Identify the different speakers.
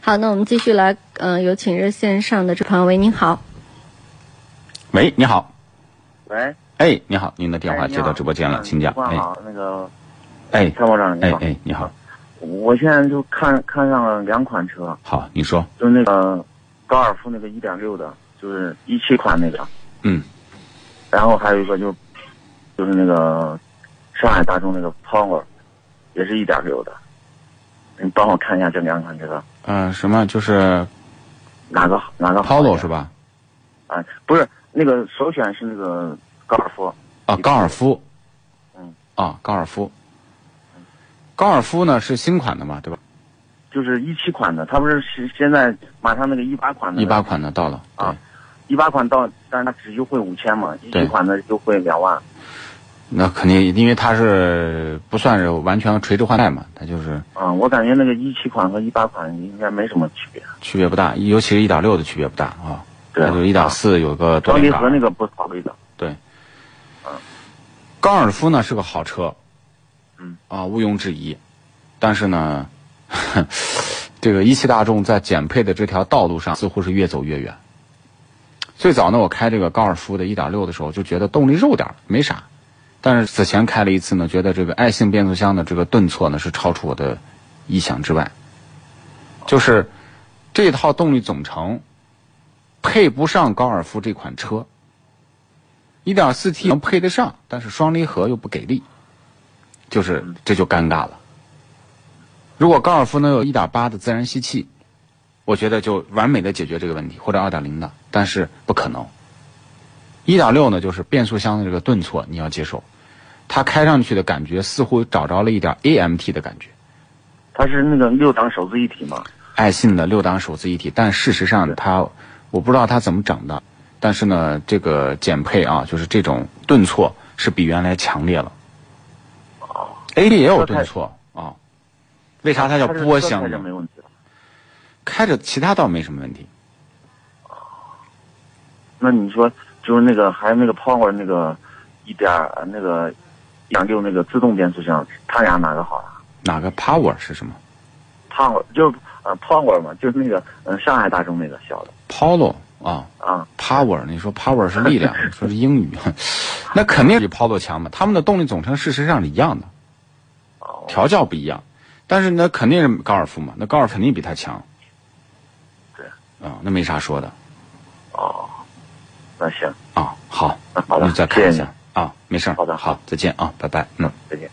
Speaker 1: 好，那我们继续来，嗯、有请热线上的这朋友，喂，您好，
Speaker 2: 喂，你好，
Speaker 3: 喂，
Speaker 2: 哎，你好，您的电话
Speaker 3: 哎
Speaker 2: 接到直播间了，请讲。
Speaker 3: 你
Speaker 2: 哎，
Speaker 3: 好，那个
Speaker 2: 哎，
Speaker 3: 参谋长你
Speaker 2: 哎
Speaker 3: 好，
Speaker 2: 哎，你好，
Speaker 3: 我现在就看看上了两款车，
Speaker 2: 好，你说，
Speaker 3: 就那个高尔夫那个一点六的，就是一七款那个，
Speaker 2: 嗯，
Speaker 3: 然后还有一个就就是那个上海大众那个 Power，也是一点六的，你帮我看一下这两款车
Speaker 2: 呃，什么就是
Speaker 3: 哪个好哪个好一
Speaker 2: Polo
Speaker 3: 点
Speaker 2: 是？吧？
Speaker 3: 啊，不是，那个首选是那个高尔夫，
Speaker 2: 啊，高尔夫，
Speaker 3: 嗯，
Speaker 2: 啊，高尔夫，高尔夫呢是新款的嘛，对吧？
Speaker 3: 就是一七款的，它不是是现在马上那个一八款的
Speaker 2: 一八款的到了，对
Speaker 3: 嗯啊，一八款到，但是它只优惠五千嘛，一
Speaker 2: 对
Speaker 3: 七款的优惠两万。
Speaker 2: 那肯定，因为它是不算是完全垂直换代嘛，它就是
Speaker 3: 嗯，我感觉那个一七款和一八款应该没什么区别。
Speaker 2: 区别不大，尤其是一点六的区别不大啊，
Speaker 3: 对啊
Speaker 2: 它就一点四有个多
Speaker 3: 双离
Speaker 2: 连
Speaker 3: 合
Speaker 2: 杆
Speaker 3: 那。个不考虑的。
Speaker 2: 高尔夫呢是个好车，
Speaker 3: 嗯
Speaker 2: 啊，毋庸置疑。但是呢， 这个一汽大众在减配的这条道路上似乎是越走越远。最早呢，我开这个高尔夫的1.6的时候，就觉得动力肉点儿没啥。但是此前开了一次呢，觉得这个爱信变速箱的这个顿挫呢是超出我的意想之外，就是这套动力总成配不上高尔夫这款车。1.4T 能配得上，但是双离合又不给力，就是这就尴尬了。如果高尔夫能有1.8的自然吸气，我觉得就完美的解决这个问题，或者2.0的，但是不可能。1.6呢，就是变速箱的这个顿挫你要接受，它开上去的感觉似乎找着了一点 AMT 的感觉，
Speaker 3: 它是那个六档手自一体嘛，
Speaker 2: 爱信的六档手自一体，但事实上它，我不知道它怎么整的，但是呢，这个减配啊，就是这种顿挫是比原来强烈了。A
Speaker 3: 哦
Speaker 2: D 也有顿挫啊，为啥它叫
Speaker 3: 它是
Speaker 2: 波
Speaker 3: 车
Speaker 2: 箱
Speaker 3: 开着
Speaker 2: 呢？
Speaker 3: 没问题了。
Speaker 2: 嗯开着其他倒没什么问题。
Speaker 3: 那你说就是那个还有那个 Power 那个一点儿那个一点六那个自动变速箱，它俩哪个好呀、
Speaker 2: 哪个 Power 是什么
Speaker 3: Power 就是呃 Power 嘛，就是那个嗯、呃上海大众那个小的
Speaker 2: ？Polo 啊
Speaker 3: 啊，
Speaker 2: ，Power，你说 Power 是力量，你说是英语，那肯定比 Polo 强嘛。他们的动力总成事实上是一样的，
Speaker 3: 哦
Speaker 2: 调教不一样，但是呢，肯定是高尔夫嘛，那高尔夫肯定比它强。
Speaker 3: 对
Speaker 2: 啊、那没啥说的
Speaker 3: 哦，那行，
Speaker 2: 啊。好，
Speaker 3: 那好
Speaker 2: 你
Speaker 3: 的，
Speaker 2: 再
Speaker 3: 谢
Speaker 2: 看一
Speaker 3: 谢你
Speaker 2: 下啊，没事儿
Speaker 3: 好的
Speaker 2: 好，再见啊，拜拜，嗯。
Speaker 3: 再见。